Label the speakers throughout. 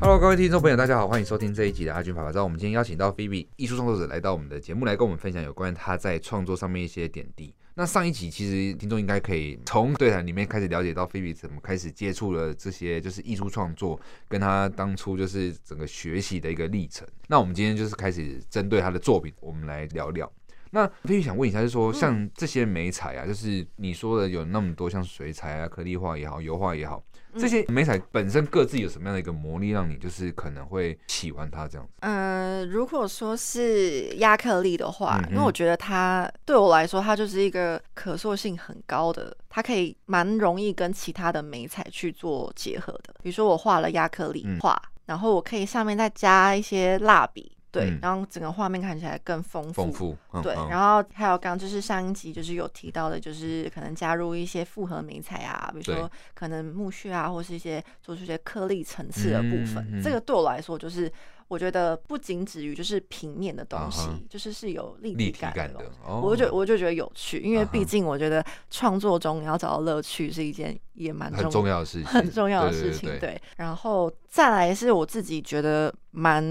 Speaker 1: Hello，各位听众朋友，大家好，欢迎收听这一集的阿军爸爸照。我们今天邀请到 Phoebe 艺术创作者来到我们的节目，来跟我们分享有关他在创作上面一些点滴。那上一集其实听众应该可以从对谈里面开始了解到 Phoebe 怎么开始接触了这些就是艺术创作，跟他当初就是整个学习的一个历程。那我们今天就是开始针对他的作品，我们来聊聊。那菲菲想问一下，就是说像这些美彩啊，就是你说的有那么多像水彩啊、颗粒画也好、油画也好，
Speaker 2: 嗯
Speaker 1: 这些美彩本身各自有什么样的一个魔力，让你就是可能会喜欢它这样子？
Speaker 2: 嗯、如果说是亚克力的话
Speaker 1: 嗯，哼
Speaker 2: 因为我觉得它对我来说，它就是一个可塑性很高的，它可以蛮容易跟其他的美彩去做结合的。比如说我画了亚克力
Speaker 1: 嗯
Speaker 2: 画，然后我可以下面再加一些蜡笔，对，
Speaker 1: 嗯
Speaker 2: 然后整个画面看起来更丰富。
Speaker 1: 丰富，嗯，
Speaker 2: 对，
Speaker 1: 嗯
Speaker 2: 然后还有刚就是上一集就是有提到的，就是可能加入一些复合美彩啊，比如
Speaker 1: 对
Speaker 2: 说可能木屑啊，或是一些做出一些颗粒层次的部分。
Speaker 1: 嗯嗯
Speaker 2: 这个对我来说，就是我觉得不仅止于就是平面的东西，
Speaker 1: 啊哈
Speaker 2: 就是是有立
Speaker 1: 立
Speaker 2: 体
Speaker 1: 体
Speaker 2: 的
Speaker 1: 感
Speaker 2: 东
Speaker 1: 的
Speaker 2: 西。，
Speaker 1: 哦
Speaker 2: 我就我就觉得有趣，因为
Speaker 1: 啊哈
Speaker 2: 毕竟我觉得创作中你要找到乐趣是一件也蛮
Speaker 1: 很
Speaker 2: 重
Speaker 1: 重要的事情，
Speaker 2: 很重要的
Speaker 1: 对
Speaker 2: 事情，
Speaker 1: 对对
Speaker 2: 对。然后再来是我自己觉得蛮，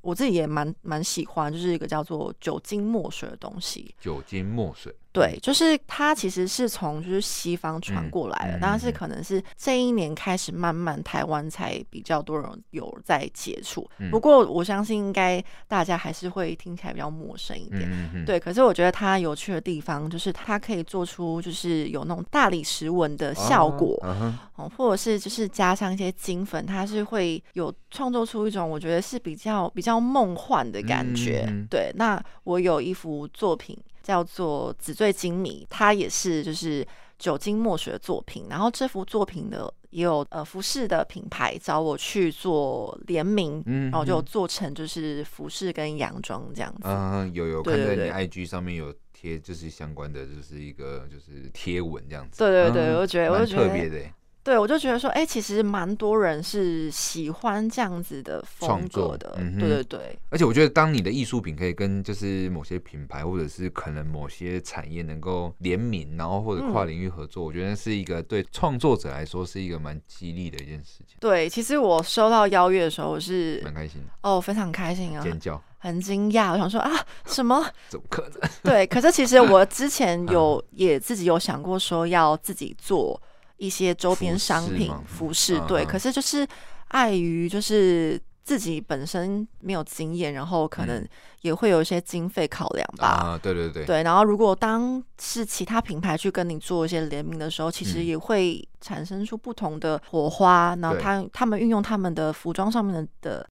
Speaker 2: 我自己也蛮蛮喜欢，就是一个叫做酒精墨水的东西。
Speaker 1: 酒精墨水，
Speaker 2: 对，就是它其实是从就是西方传
Speaker 1: 嗯
Speaker 2: 过来的，
Speaker 1: 嗯
Speaker 2: 但
Speaker 1: 嗯
Speaker 2: 是
Speaker 1: 嗯
Speaker 2: 可能是这一年开始慢慢台湾才比较多人有在接触。
Speaker 1: 嗯
Speaker 2: 不过我相信应该大家还是会听起来比较陌生一点。
Speaker 1: 嗯嗯，
Speaker 2: 对，可是我觉得它有趣的地方就是它可以做出就是有那种大理石纹的
Speaker 1: 嗯
Speaker 2: 效果，
Speaker 1: 啊哈
Speaker 2: 哦，或者是就是加上一些金粉，它是会有创作出一种我觉得是比较比较梦幻的感觉。
Speaker 1: 嗯嗯
Speaker 2: 对，那我有一幅作品叫做《纸醉金迷》，它也是就是酒精墨水的作品。然后这幅作品的也有呃服饰的品牌找我去做联名，
Speaker 1: 嗯
Speaker 2: 然后就
Speaker 1: 嗯
Speaker 2: 做成就是服饰跟洋装这样子。
Speaker 1: 嗯嗯，有有
Speaker 2: 对
Speaker 1: 看
Speaker 2: 对
Speaker 1: 在你
Speaker 2: 对
Speaker 1: IG 上面有贴，就是相关的，就是一个就是贴文这样子，
Speaker 2: 对对对，
Speaker 1: 嗯
Speaker 2: 我觉得我
Speaker 1: 蛮
Speaker 2: 就觉得
Speaker 1: 特别的欸，
Speaker 2: 对，我就觉得说，哎、其实蛮多人是喜欢这样子的风
Speaker 1: 创作
Speaker 2: 格的，
Speaker 1: 嗯哼
Speaker 2: 对对对，
Speaker 1: 而且我觉得，当你的艺术品可以跟就是某些品牌或者是可能某些产业能够联名，然后或者跨
Speaker 2: 嗯
Speaker 1: 领域合作，我觉得是一个对创作者来说是一个蛮激励的一件事情，
Speaker 2: 对，其实我收到邀约的时候，我是
Speaker 1: 蛮开心的。
Speaker 2: 哦非常开心啊，
Speaker 1: 尖叫，
Speaker 2: 很惊讶，我想说啊什么？
Speaker 1: 怎么可能？
Speaker 2: 对，可是其实我之前
Speaker 1: 嗯
Speaker 2: 有也自己有想过说要自己做一些周边
Speaker 1: 服饰
Speaker 2: 商品
Speaker 1: 吗
Speaker 2: 服饰
Speaker 1: 嗯，
Speaker 2: 对，
Speaker 1: 嗯
Speaker 2: 可是就是碍于就是。自己本身没有经验，然后可能也会有一些经费考量吧。
Speaker 1: 嗯啊，对对对，
Speaker 2: 对，然后如果当是其他品牌去跟你做一些联名的时候，其实
Speaker 1: 嗯
Speaker 2: 也会产生出不同的火花。然后
Speaker 1: 对
Speaker 2: 他他们运用他们的服装上面的的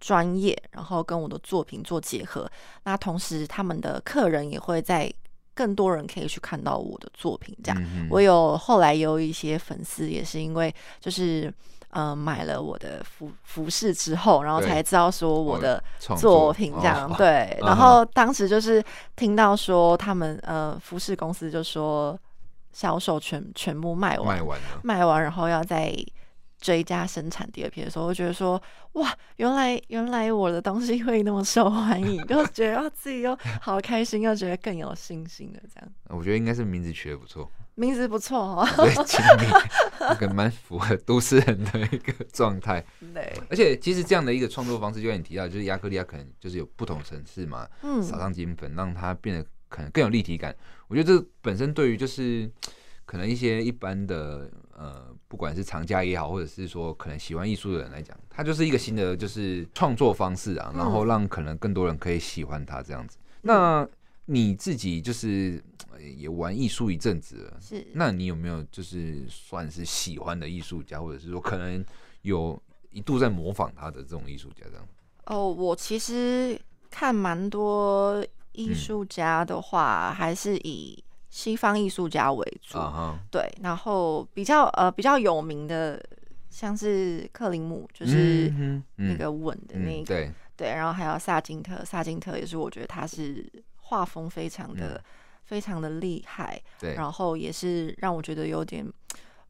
Speaker 2: 专业，然后跟我的作品做结合。那同时，他们的客人也会在更多人可以去看到我的作品。这样，
Speaker 1: 嗯
Speaker 2: 啊我有后来有一些粉丝也是因为就是。呃，买了我的服服饰之后，然后
Speaker 1: 对
Speaker 2: 才知道说我
Speaker 1: 哦
Speaker 2: 的
Speaker 1: 创
Speaker 2: 作品这样、
Speaker 1: 哦
Speaker 2: 对。
Speaker 1: 嗯
Speaker 2: 然后当时就是听到说他们呃服饰公司就说呃销售全全部卖完，
Speaker 1: 卖完了，
Speaker 2: 卖完然后要再追加生产第二批的时候，我就觉得说哇，原来原来我的东西会那么受欢迎，就觉得啊自己又好开心，又觉得更有信心了这样。
Speaker 1: 我觉得应该是名字取得不错，
Speaker 2: 名字不错哦，
Speaker 1: 所以经理那个蛮符合都市人的一个状态。
Speaker 2: 对，
Speaker 1: 而且其实这样的一个创作方式，就像你提到，就是亚克力，它可能就是有不同层次嘛，
Speaker 2: 嗯，
Speaker 1: 撒上金粉，让它变得可能更有立体感。我觉得这本身对于就是可能一些一般的呃，不管是藏家也好，或者是说可能喜欢艺术的人来讲，它就是一个新的就是创作方式啊，
Speaker 2: 嗯
Speaker 1: 然后让可能更多人可以喜欢它这样子。那你自己就是呃也玩艺术一阵子了，
Speaker 2: 是
Speaker 1: 那你有没有就是算是喜欢的艺术家，或者是说可能有一度在模仿他的这种艺术家这样？
Speaker 2: 哦，我其实看蛮多艺
Speaker 1: 嗯
Speaker 2: 术家的话，还是以西方艺术家为主。
Speaker 1: 啊哈，
Speaker 2: 对，然后比较呃比较有名的，像是克林姆，就是
Speaker 1: 嗯哼
Speaker 2: 那
Speaker 1: 嗯
Speaker 2: 个吻的
Speaker 1: 嗯
Speaker 2: 那个，
Speaker 1: 对，
Speaker 2: 对，然后还有萨金特，萨金特也是我觉得他是画风非常的、非常的厉害，
Speaker 1: 嗯对，
Speaker 2: 然后也是让我觉得有点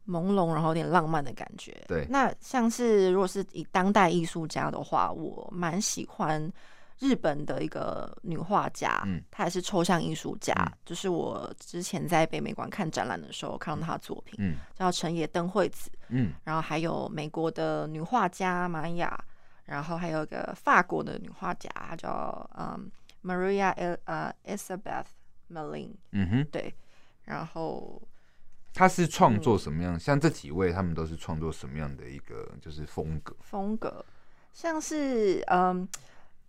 Speaker 2: 朦胧，然后有点浪漫的感觉。
Speaker 1: 对
Speaker 2: 那像是如果是以当代艺术家的话，我蛮喜欢日本的一个女画家，
Speaker 1: 嗯
Speaker 2: 她也是抽象艺术家，
Speaker 1: 嗯
Speaker 2: 就是我之前在北美馆看展览的时候看到她的作品，
Speaker 1: 嗯
Speaker 2: 叫成野灯惠子，
Speaker 1: 嗯
Speaker 2: 然后还有美国的女画家玛雅，然后还有一个法国的女画家她叫嗯 Maria 呃 Elizabeth Melin，
Speaker 1: 嗯哼，
Speaker 2: 对，然后
Speaker 1: 他是创
Speaker 2: 嗯
Speaker 1: 作什么样？像这几位，他们都是创作什么样的一个就是风格？
Speaker 2: 风格，像是嗯，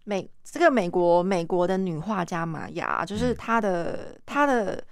Speaker 2: 美这个美国美国的女画家玛雅，就是
Speaker 1: 嗯
Speaker 2: 她的她的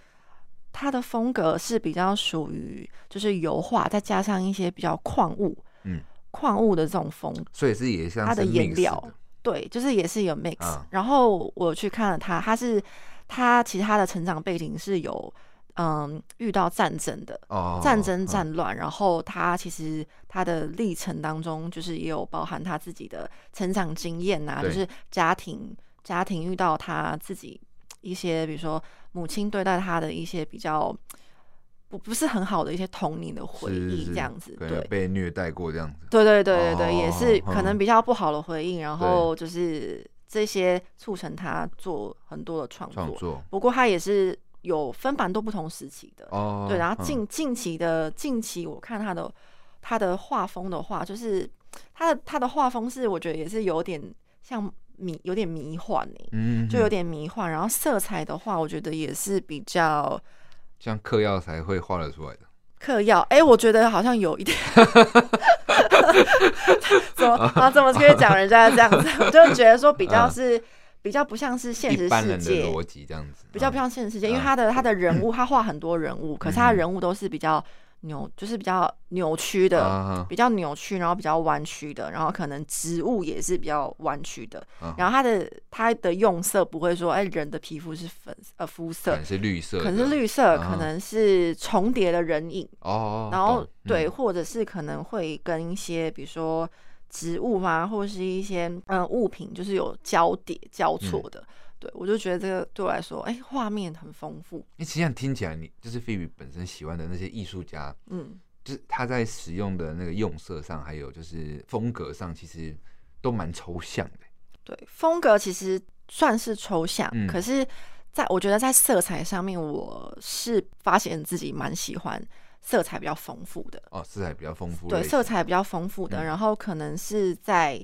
Speaker 2: 她的风格是比较属于就是油画，再加上一些比较矿物，
Speaker 1: 嗯，
Speaker 2: 矿物的这种风格
Speaker 1: 所以是也像
Speaker 2: 它
Speaker 1: 是
Speaker 2: 的
Speaker 1: mix
Speaker 2: 颜料
Speaker 1: 的，
Speaker 2: 对，就是也是有 mix、
Speaker 1: 啊
Speaker 2: 然后我去看了她，她是她其实她的成长背景是有嗯遇到战争的，
Speaker 1: 哦，
Speaker 2: 战争
Speaker 1: 嗯
Speaker 2: 战乱，然后他其实他的历程当中，就是也有包含他自己的成长经验啊，就
Speaker 1: 对
Speaker 2: 是家庭家庭遇到他自己一些，比如说母亲对待他的一些比较不不是很好的一些童年的回
Speaker 1: 是
Speaker 2: 忆，
Speaker 1: 是
Speaker 2: 这样子，
Speaker 1: 可
Speaker 2: 对
Speaker 1: 能被虐待过这样子。
Speaker 2: 对对对对对，也
Speaker 1: 哦
Speaker 2: 是
Speaker 1: 嗯
Speaker 2: 可能比较不好的回应，然后就是这些促成他做很多的创
Speaker 1: 创
Speaker 2: 作，
Speaker 1: 作
Speaker 2: 不过他也是有分版都不同时期的，
Speaker 1: 哦，
Speaker 2: 对，然后
Speaker 1: 嗯
Speaker 2: 近近期的近期，我看他的他的画风的话，就是他的他的画风是我觉得也是有点像迷，有点迷幻欸
Speaker 1: 嗯，
Speaker 2: 就
Speaker 1: 嗯
Speaker 2: 有点迷幻。然后色彩的话，我觉得也是比较
Speaker 1: 像嗑药才会画得出来的。
Speaker 2: 嗑药。哎、我觉得好像有一点，怎么啊？怎么可以讲人家这样子？ 我就觉得说比较
Speaker 1: 哦嗯
Speaker 2: 是比较不像是现
Speaker 1: 一
Speaker 2: 实
Speaker 1: 般
Speaker 2: 世
Speaker 1: 人的
Speaker 2: 界，
Speaker 1: 逻辑这样子，
Speaker 2: 比较
Speaker 1: 嗯
Speaker 2: 不像现实世界，因为
Speaker 1: 嗯
Speaker 2: 他的他的 人物，他画很多人物，可是他的
Speaker 1: 嗯
Speaker 2: 人物都是比较扭，就是比较扭曲的，
Speaker 1: 啊
Speaker 2: 比较扭曲，然后比较弯曲的，然后可能植物也是比较弯曲的
Speaker 1: 嗯。
Speaker 2: 然后他的他的用色不会说，哎，人的皮肤是粉呃肤
Speaker 1: 可
Speaker 2: 色
Speaker 1: 能，是绿色的，
Speaker 2: 可能是绿色，
Speaker 1: 啊
Speaker 2: 可能是重叠的人影，
Speaker 1: 哦哦，
Speaker 2: 然后
Speaker 1: 懂
Speaker 2: 对，
Speaker 1: 嗯
Speaker 2: 或者是可能会跟一些比如说植物嘛，或者是一些嗯物品，就是有交叠交
Speaker 1: 嗯
Speaker 2: 错的。对，我就觉得这个对我来说，哎，画面很丰富。
Speaker 1: 你其实听起来，你就是菲比本身喜欢的那些艺术家，
Speaker 2: 嗯，
Speaker 1: 就是他在使用的那个用色上，还有就是风格上，其实都蛮抽象的。
Speaker 2: 对，风格其实算是抽象，
Speaker 1: 嗯
Speaker 2: 可是在我觉得在色彩上面，我是发现自己蛮喜欢色彩比较丰富的。
Speaker 1: 哦，色彩比较丰富类
Speaker 2: 对，
Speaker 1: 型，
Speaker 2: 色彩比较丰富的，
Speaker 1: 嗯
Speaker 2: 然后可能是在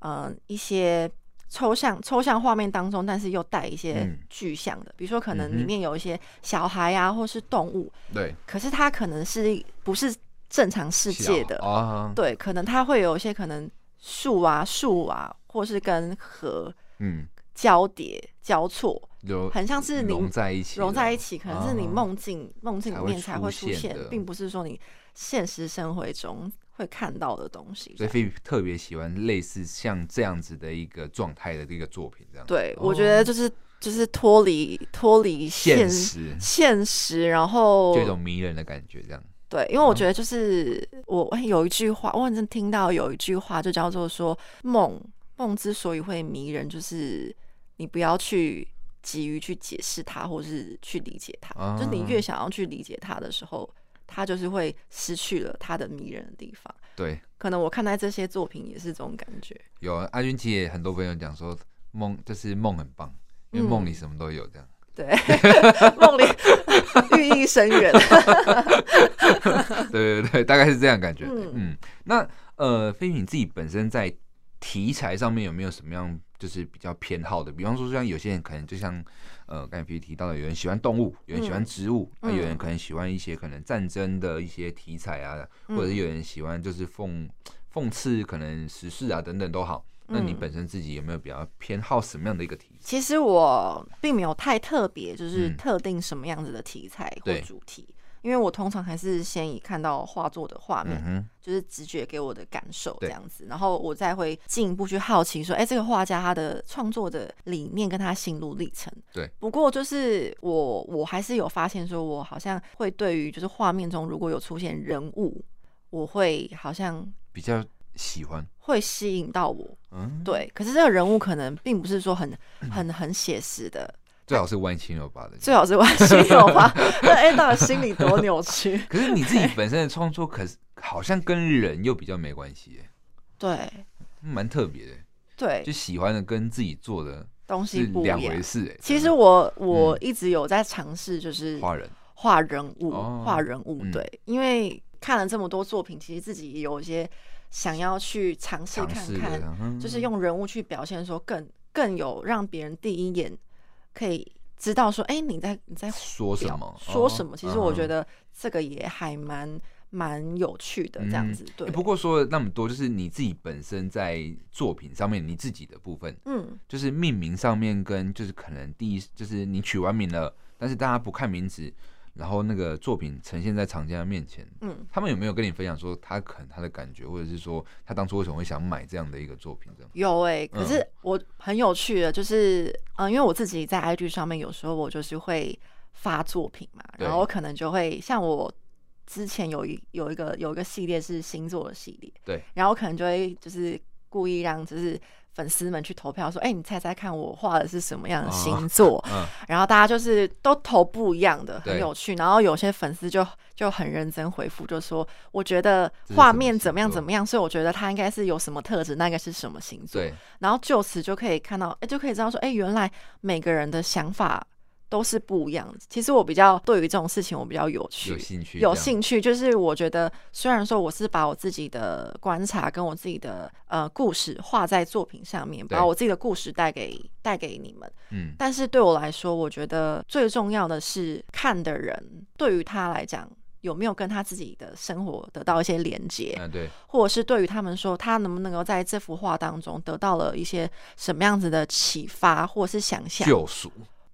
Speaker 2: 嗯、呃一些抽象抽象画面当中，但是又带一些
Speaker 1: 嗯
Speaker 2: 具象的，比如说可
Speaker 1: 嗯
Speaker 2: 能
Speaker 1: 哼
Speaker 2: 里面有一些小孩啊，或是动物，
Speaker 1: 对
Speaker 2: 可是它可能是不是正常世界的，
Speaker 1: 啊，
Speaker 2: 对，可能它会有一些可能树啊树啊，或是跟河
Speaker 1: 嗯，
Speaker 2: 交叠交错，
Speaker 1: 有
Speaker 2: 很像是你
Speaker 1: 融在一起的，
Speaker 2: 融在一起，可能是你
Speaker 1: 啊
Speaker 2: 梦境梦、境
Speaker 1: 才
Speaker 2: 里
Speaker 1: 会
Speaker 2: 面才会出
Speaker 1: 出现
Speaker 2: 现
Speaker 1: 的，
Speaker 2: 并不是说你现实生活中会看到的东西。
Speaker 1: 所以菲比特别喜欢类似像这样子的一个状态的这个作品，这样
Speaker 2: 对，
Speaker 1: 哦
Speaker 2: 我觉得就是就是脱离脱离
Speaker 1: 现
Speaker 2: 现
Speaker 1: 实
Speaker 2: 现实，哦然后
Speaker 1: 就有一种迷人的感觉，这样
Speaker 2: 对，因为我觉得就是我哎有一句话，我很真听到有一句话就叫做说梦梦之所以会迷人，就是你不要去急于去解释它，或是去理解它，
Speaker 1: 啊
Speaker 2: 就是你越想要去理解它的时候，它就是会失去了它的迷人的地方。
Speaker 1: 对。
Speaker 2: 可能我看待这些作品也是这种感觉，
Speaker 1: 有啊阿军，其实也很多朋友讲说梦，就是梦很棒，因为
Speaker 2: 嗯
Speaker 1: 梦里什么都有这样。
Speaker 2: 对， 梦里寓意深远。
Speaker 1: 对对对，大概是这样的感觉。
Speaker 2: 嗯
Speaker 1: 嗯那呃，飞宇你自己本身在题材上面有没有什么样就是比较偏好的？比方说，像有些人可能就像呃刚才飞宇提到的，有人喜欢动物，有人喜欢植物，那、
Speaker 2: 嗯
Speaker 1: 有人可能喜欢一些可能战争的一些题材啊，
Speaker 2: 嗯
Speaker 1: 或者是有人喜欢就是讽讽刺可能时事啊等等都好。那你
Speaker 2: 嗯
Speaker 1: 本身自己有没有比较偏好什么样的一个题材？
Speaker 2: 其实我并没有太特别，就是
Speaker 1: 嗯
Speaker 2: 特定什么样子的题材或
Speaker 1: 对
Speaker 2: 主题，因为我通常还是先以看到画作的画面，
Speaker 1: 嗯哼，
Speaker 2: 就是直觉给我的感受这
Speaker 1: 对
Speaker 2: 样子，然后我再会进一步去好奇说，哎、这个画家他的创作的理念跟他心路历程。
Speaker 1: 对，
Speaker 2: 不过就是我我还是有发现，说我好像会对于就是画面中如果有出现人物，我会好像
Speaker 1: 比较喜欢。
Speaker 2: 会吸引到我，
Speaker 1: 嗯，
Speaker 2: 对，可是这个人物可能并不是说很很很写实的，
Speaker 1: 最好是弯七扭八的。
Speaker 2: 最好是玩心有 吧？那哎，到底心里多扭曲？
Speaker 1: 可是你自己本身的创作，可是好像跟人又比较没关系耶，
Speaker 2: 对
Speaker 1: 蛮特别的。
Speaker 2: 对
Speaker 1: 就喜欢的跟自己做的
Speaker 2: 东西
Speaker 1: 是
Speaker 2: 不一
Speaker 1: 两
Speaker 2: 样
Speaker 1: 回。事、欸。
Speaker 2: 其实我我
Speaker 1: 嗯
Speaker 2: 一直有在尝试，就是
Speaker 1: 画人，
Speaker 2: 画人物，
Speaker 1: 哦
Speaker 2: 画人物
Speaker 1: 嗯。
Speaker 2: 对，因为看了这么多作品，其实自己也有一些想要去尝试
Speaker 1: 尝
Speaker 2: 看
Speaker 1: 试的
Speaker 2: 看，，
Speaker 1: 嗯
Speaker 2: 就是用人物去表现，说更更有让别人第一眼可以知道说，哎、你在你在
Speaker 1: 说什
Speaker 2: 表
Speaker 1: 么
Speaker 2: 说什么。其实我
Speaker 1: 哦
Speaker 2: 觉。
Speaker 1: 嗯
Speaker 2: 得这个也还蛮蛮有趣的，这样
Speaker 1: 嗯
Speaker 2: 子。对，
Speaker 1: 欸不过说了那么多，就是你自己本身在作品上面你自己的部分，
Speaker 2: 嗯，
Speaker 1: 就是命名上面跟就是可能第一就是你取完名了，但是大家不看名字，然后那个作品呈现在厂家面前，
Speaker 2: 嗯，
Speaker 1: 他们有没有跟你分享说他可能他的感觉，或者是说他当初为什么会想买这样的一个作品这样？
Speaker 2: 有哎、可
Speaker 1: 嗯
Speaker 2: 是我很有趣的，就是嗯、呃因为我自己在 IG 上面有时候我就是会发作品嘛，
Speaker 1: 对
Speaker 2: 然后我可能就会像我之前有一有一个有一个系列是星座的系列，
Speaker 1: 对，
Speaker 2: 然后可能就会就是故意让就是粉丝们去投票说，哎、你猜猜看我画的是什么样的星座？
Speaker 1: 嗯，
Speaker 2: 然后大家就是都投不一样的，很
Speaker 1: 对
Speaker 2: 有趣。然后有些粉丝就就很认真回复，就说我觉得
Speaker 1: 这是
Speaker 2: 画
Speaker 1: 什么
Speaker 2: 面
Speaker 1: 星
Speaker 2: 怎么样
Speaker 1: 座
Speaker 2: 怎么样，所以我觉得他应该是有什么特质，那应该是什么星座。
Speaker 1: 对，
Speaker 2: 然后就此就可以看到，哎，就可以知道说，哎，原来每个人的想法都是不一样的。其实我比较对于这种事情，我比较有趣，
Speaker 1: 有兴趣，
Speaker 2: 有兴趣，就是我觉得虽然说我是把我自己的观察跟我自己的呃故事画在作品上面，
Speaker 1: 对
Speaker 2: 把我自己的故事带给带给你们，
Speaker 1: 嗯，
Speaker 2: 但是对我来说，我觉得最重要的是看的人对于他来讲有没有跟他自己的生活得到一些连接，
Speaker 1: 啊，对，
Speaker 2: 或者是对于他们说他能不能够在这幅画当中得到了一些什么样子的启发，或者是想象。
Speaker 1: 救赎，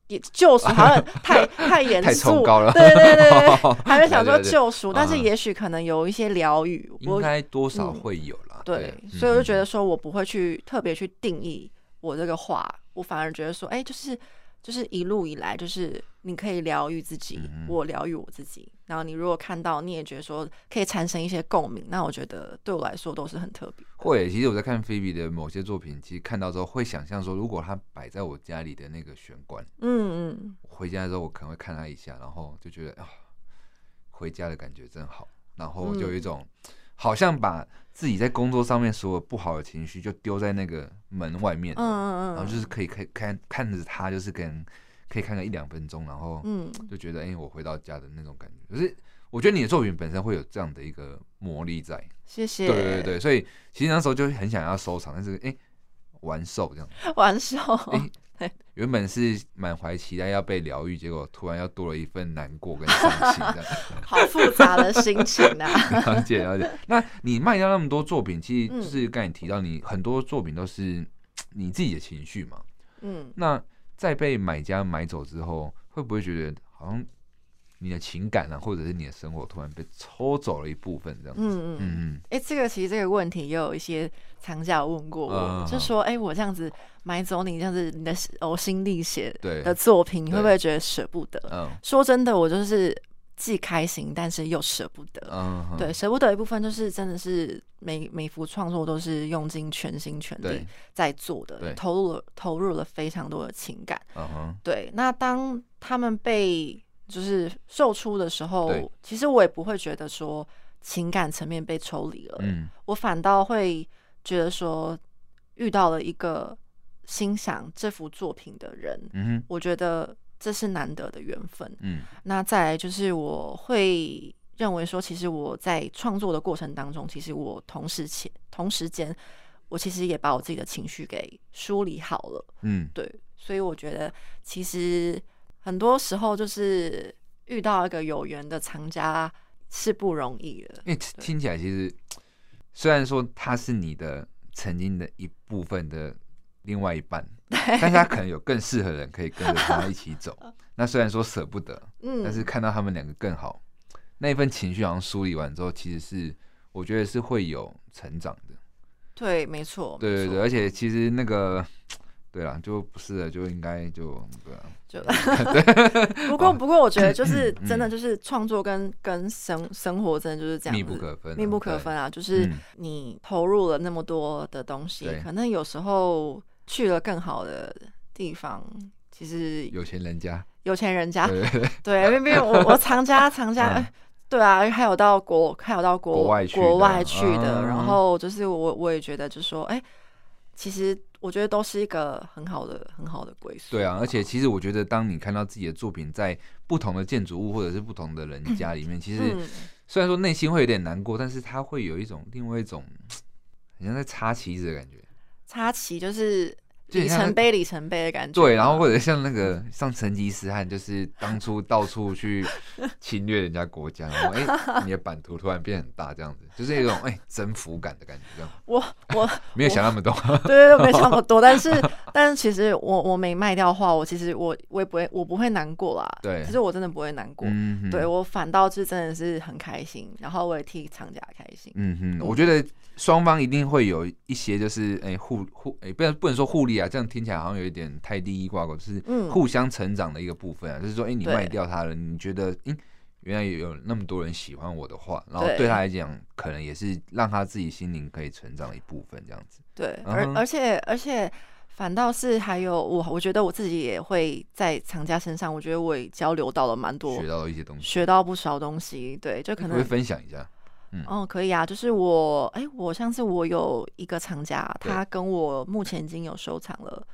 Speaker 2: 也救赎好像 太太严
Speaker 1: 太崇
Speaker 2: 肃，
Speaker 1: 高了
Speaker 2: 对对对对 对，还没想说
Speaker 1: 对对对
Speaker 2: 救赎，但是
Speaker 1: 嗯
Speaker 2: 也许可能有一些疗愈。
Speaker 1: 应
Speaker 2: 我
Speaker 1: 该多少会有啦。
Speaker 2: 对，
Speaker 1: 嗯
Speaker 2: 所以我就觉得说我不会去特别去定义我这个话，我反而觉得说，哎、就是就是一路以来，就是你可以疗愈自己，
Speaker 1: 嗯
Speaker 2: 我疗愈我自己。然后你如果看到，你也觉得说可以产生一些共鸣，那我觉得对我来说都是很特别。
Speaker 1: 会，其实我在看菲比的某些作品，其实看到之后会想象说，如果它摆在我家里的那个玄关，
Speaker 2: 嗯嗯，
Speaker 1: 我回家的时候我可能会看它一下，然后就觉得啊，回家的感觉真好，然后就有一种、好像把自己在工作上面所有不好的情绪就丢在那个门外面，
Speaker 2: 嗯嗯嗯
Speaker 1: 然后就是可以看看看着它，就是可能可以看个一两分钟，然后
Speaker 2: 嗯
Speaker 1: 就觉得哎、我回到家的那种感觉，可是。我觉得你的作品本身会有这样的一个魔力在，
Speaker 2: 谢谢。
Speaker 1: 对对对，所以其实那时候就很想要收藏，但是哎、完售这样。
Speaker 2: 对，完售。
Speaker 1: 哎原本是满怀期待要被疗愈，结果突然又多了一份难过跟伤心这样。
Speaker 2: 好复杂的心情 啊！
Speaker 1: 了解了解。那你卖掉那么多作品，其实就是刚才你提到，你很多作品都是嘖你自己的情绪嘛。
Speaker 2: 嗯，
Speaker 1: 那在被买家买走之后，会不会觉得好像你的情感啊，或者是你的生活突然被抽走了一部分这样？嗯
Speaker 2: 嗯嗯，
Speaker 1: 嗯
Speaker 2: 哎、这个其实这个问题也有一些藏家有问过我，
Speaker 1: 嗯
Speaker 2: 就说，哎、我这样子买走你这样子你的呕心沥血
Speaker 1: 对
Speaker 2: 的作品，你会不
Speaker 1: 对
Speaker 2: 会觉得舍不得？
Speaker 1: 嗯
Speaker 2: 说真的，我就是既开心，但是又舍不得。
Speaker 1: 嗯，嗯
Speaker 2: 对，，舍不得的一部分就是真的是每每幅创作都是用尽全心全力
Speaker 1: 对
Speaker 2: 在做
Speaker 1: 对
Speaker 2: 的，投入了投入了非常多的情感。
Speaker 1: 嗯哼，
Speaker 2: 对，那当他们被就是售出的时
Speaker 1: 对
Speaker 2: 候，其实我也不会觉得说情感层面被抽离了，
Speaker 1: 嗯
Speaker 2: 我反倒会觉得说遇到了一个欣赏这幅作品的人，
Speaker 1: 嗯哼，
Speaker 2: 我觉得这是难得的缘分。
Speaker 1: 嗯
Speaker 2: 那再来就是我会认为说，其实我在创作的过程当中，其实我同时且同时间，我其实也把我自己的情绪给梳理好了。
Speaker 1: 嗯，
Speaker 2: 对，所以我觉得其实很多时候就是遇到一个有缘的藏家是不容易的。
Speaker 1: 因为其听起来其实，虽然说它是你的曾经的一部分的另外一半，但是它可能有更适合的人可以跟着他一起走。那虽然说舍不得，
Speaker 2: 嗯，
Speaker 1: 但是看到他们两个更好，那一份情绪好像梳理完之后，其实是我觉得是会有成长的。
Speaker 2: 对，没错，
Speaker 1: 对对
Speaker 2: 没
Speaker 1: 对，
Speaker 2: 错，
Speaker 1: 而且其实那个。对啦，就不是了，就应该就对啊，
Speaker 2: 就 不过不过，我觉得就是
Speaker 1: 哦嗯
Speaker 2: 真的就是创作跟跟生生活真的就是这样
Speaker 1: 密
Speaker 2: 子，
Speaker 1: 不可分啊，
Speaker 2: 密不可
Speaker 1: 对
Speaker 2: 分啊！就是
Speaker 1: 嗯
Speaker 2: 你投入了那么多的东西
Speaker 1: 对，
Speaker 2: 可能有时候去了更好的地方，其实
Speaker 1: 有钱人 家，
Speaker 2: 有钱人家
Speaker 1: 对 对对，
Speaker 2: 对，因为毕竟我我 藏家藏家，
Speaker 1: 嗯
Speaker 2: 哎对啊，还有到国还有到国
Speaker 1: 国外去的
Speaker 2: 国外去的，
Speaker 1: 嗯
Speaker 2: 然后就是我我也觉得就是说，哎、其实我觉得都是一个很好的、很好的归宿。
Speaker 1: 对啊，而且其实我觉得，当你看到自己的作品在不同的建筑物或者是不同的人家里面，其实
Speaker 2: 嗯，
Speaker 1: 虽然说内心会有点难过，但是它会有一种另外一种，好像在插旗子的感觉。
Speaker 2: 插旗就是
Speaker 1: 就很
Speaker 2: 里
Speaker 1: 像
Speaker 2: 程碑、里程碑的感觉吧。
Speaker 1: 对，然后或者像那个像成吉思汗，就是当初到处去侵略人家国家，然后哎、你的版图突然变很大，这样子，就是一种哎、征服感的感觉，这样
Speaker 2: 我我
Speaker 1: 没有想那么多。
Speaker 2: 对，没想那么多，但是但是其实我我没卖掉画，我其实我我也不会我不会难过啦。
Speaker 1: 对
Speaker 2: 其实我真的不会 难过，
Speaker 1: 嗯哼
Speaker 2: 对我反倒是真的是很开心，然后我也替厂家开心。
Speaker 1: 嗯哼，我觉得双方一定会有一些就是哎、互互哎、不能不能说互利啊，这样听起来好像有一点太利益挂钩，就是
Speaker 2: 嗯
Speaker 1: 互相成长的一个部分啊，就是说哎、你
Speaker 2: 对
Speaker 1: 卖掉它了，你觉得嗯。原来有那么多人喜欢我的话，然后
Speaker 2: 对
Speaker 1: 对他来讲，可能也是让他自己心灵可以成长的一部分，这样子。
Speaker 2: 对，而、
Speaker 1: 嗯哼
Speaker 2: 而且而且反倒是还有我，我觉得我自己也会在厂家身上，我觉得我也交流到了蛮多
Speaker 1: 学，到一些东西，
Speaker 2: 学到不少东西。对，就可
Speaker 1: 可不可以
Speaker 2: 能
Speaker 1: 分享一下？
Speaker 2: 哦，可以啊，就是我，哎、我上次我有一个藏家，
Speaker 1: 对
Speaker 2: 他跟我目前已经有收藏了，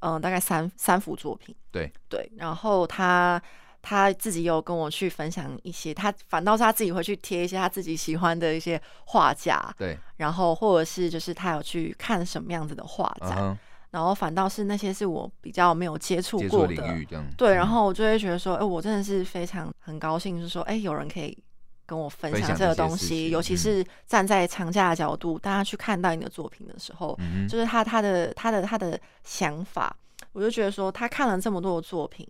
Speaker 2: 嗯、大概三三幅作品。
Speaker 1: 对
Speaker 2: 对，然后他他自己有跟我去分享一些，他反倒是他自己会去贴一些他自己喜欢的一些画架，
Speaker 1: 对，
Speaker 2: 然后或者是就是他有去看什么样子的画
Speaker 1: 嗯
Speaker 2: 展，
Speaker 1: 哼，
Speaker 2: 然后反倒是那些是我比较没有接触
Speaker 1: 接触
Speaker 2: 过
Speaker 1: 领
Speaker 2: 的。
Speaker 1: 域这样。
Speaker 2: 对，然
Speaker 1: 嗯
Speaker 2: 后我就会觉得说，哎、我真的是非常很高兴，就是说，哎、有人可以跟我分
Speaker 1: 分
Speaker 2: 享
Speaker 1: 享
Speaker 2: 这
Speaker 1: 这
Speaker 2: 个
Speaker 1: 些
Speaker 2: 东
Speaker 1: 事
Speaker 2: 西，
Speaker 1: 情
Speaker 2: 尤其
Speaker 1: 嗯
Speaker 2: 是站在藏家的角度，大家去看到你的作品的时候，
Speaker 1: 嗯哼，
Speaker 2: 就是他他的他的他的想法，我就觉得说，他看了这么多的作品，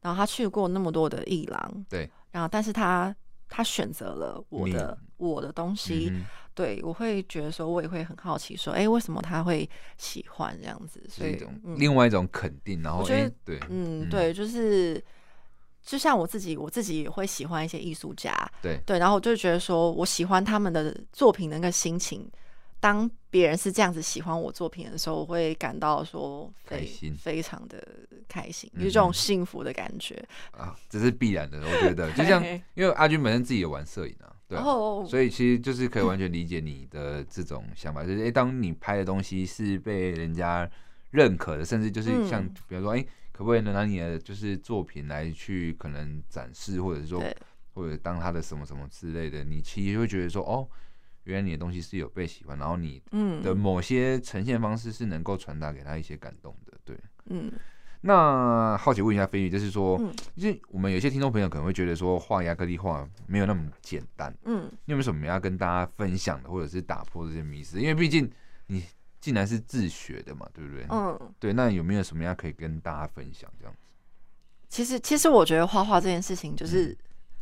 Speaker 2: 然后他去过那么多的艺廊，
Speaker 1: 对，
Speaker 2: 然后但是他他选择了我
Speaker 1: 你
Speaker 2: 的我的东西，
Speaker 1: 嗯哼
Speaker 2: 对我会觉得说，我也会很好奇说，哎、为什么他会喜欢这样子？所
Speaker 1: 是一
Speaker 2: 以
Speaker 1: 种
Speaker 2: 嗯
Speaker 1: 另外一种肯定，然后
Speaker 2: 觉得
Speaker 1: 哎，对，
Speaker 2: 嗯，
Speaker 1: 嗯
Speaker 2: 对，就是就像我自己，我自己也会喜欢一些艺术家，
Speaker 1: 对
Speaker 2: 对，然后我就觉得说我喜欢他们的作品的那个心情。当别人是这样子喜欢我作品的时候，我会感到说非
Speaker 1: 开心
Speaker 2: 非常的开心，
Speaker 1: 嗯
Speaker 2: 有一种幸福的感觉。
Speaker 1: 啊，这是必然的，我觉得，就 像
Speaker 2: 对
Speaker 1: 因为阿军本身自己也玩摄影啊，对
Speaker 2: 然
Speaker 1: 啊，
Speaker 2: 后
Speaker 1: 所以其实就是可以完全理解你的这种想法，就是哎、诶当你拍的东西是被人家认可的，甚至就是像
Speaker 2: 嗯
Speaker 1: 比如说，哎、可不可以能拿你的就是作品来去可能展示，或者是说
Speaker 2: 对，
Speaker 1: 或者当他的什么什么之类的，你其实会觉得说，哦，原来你的东西是有被喜欢，然后你的
Speaker 2: 嗯
Speaker 1: 某些呈现方式是能够传达给他一些感动的，对。
Speaker 2: 嗯，
Speaker 1: 那好奇问一下飞宇，就是说，
Speaker 2: 嗯
Speaker 1: 就是我们有些听众朋友可能会觉得说，画亚克力画没有那么简单。
Speaker 2: 嗯，
Speaker 1: 你有没有什么要跟大家分享的，或者是打破这些迷思？因为毕竟你竟然是自学的嘛，对不对？，
Speaker 2: 嗯，
Speaker 1: 对。那有没有什么要可以跟大家分享这样？
Speaker 2: 其实其实我觉得画画这件事情，
Speaker 1: 嗯
Speaker 2: 就是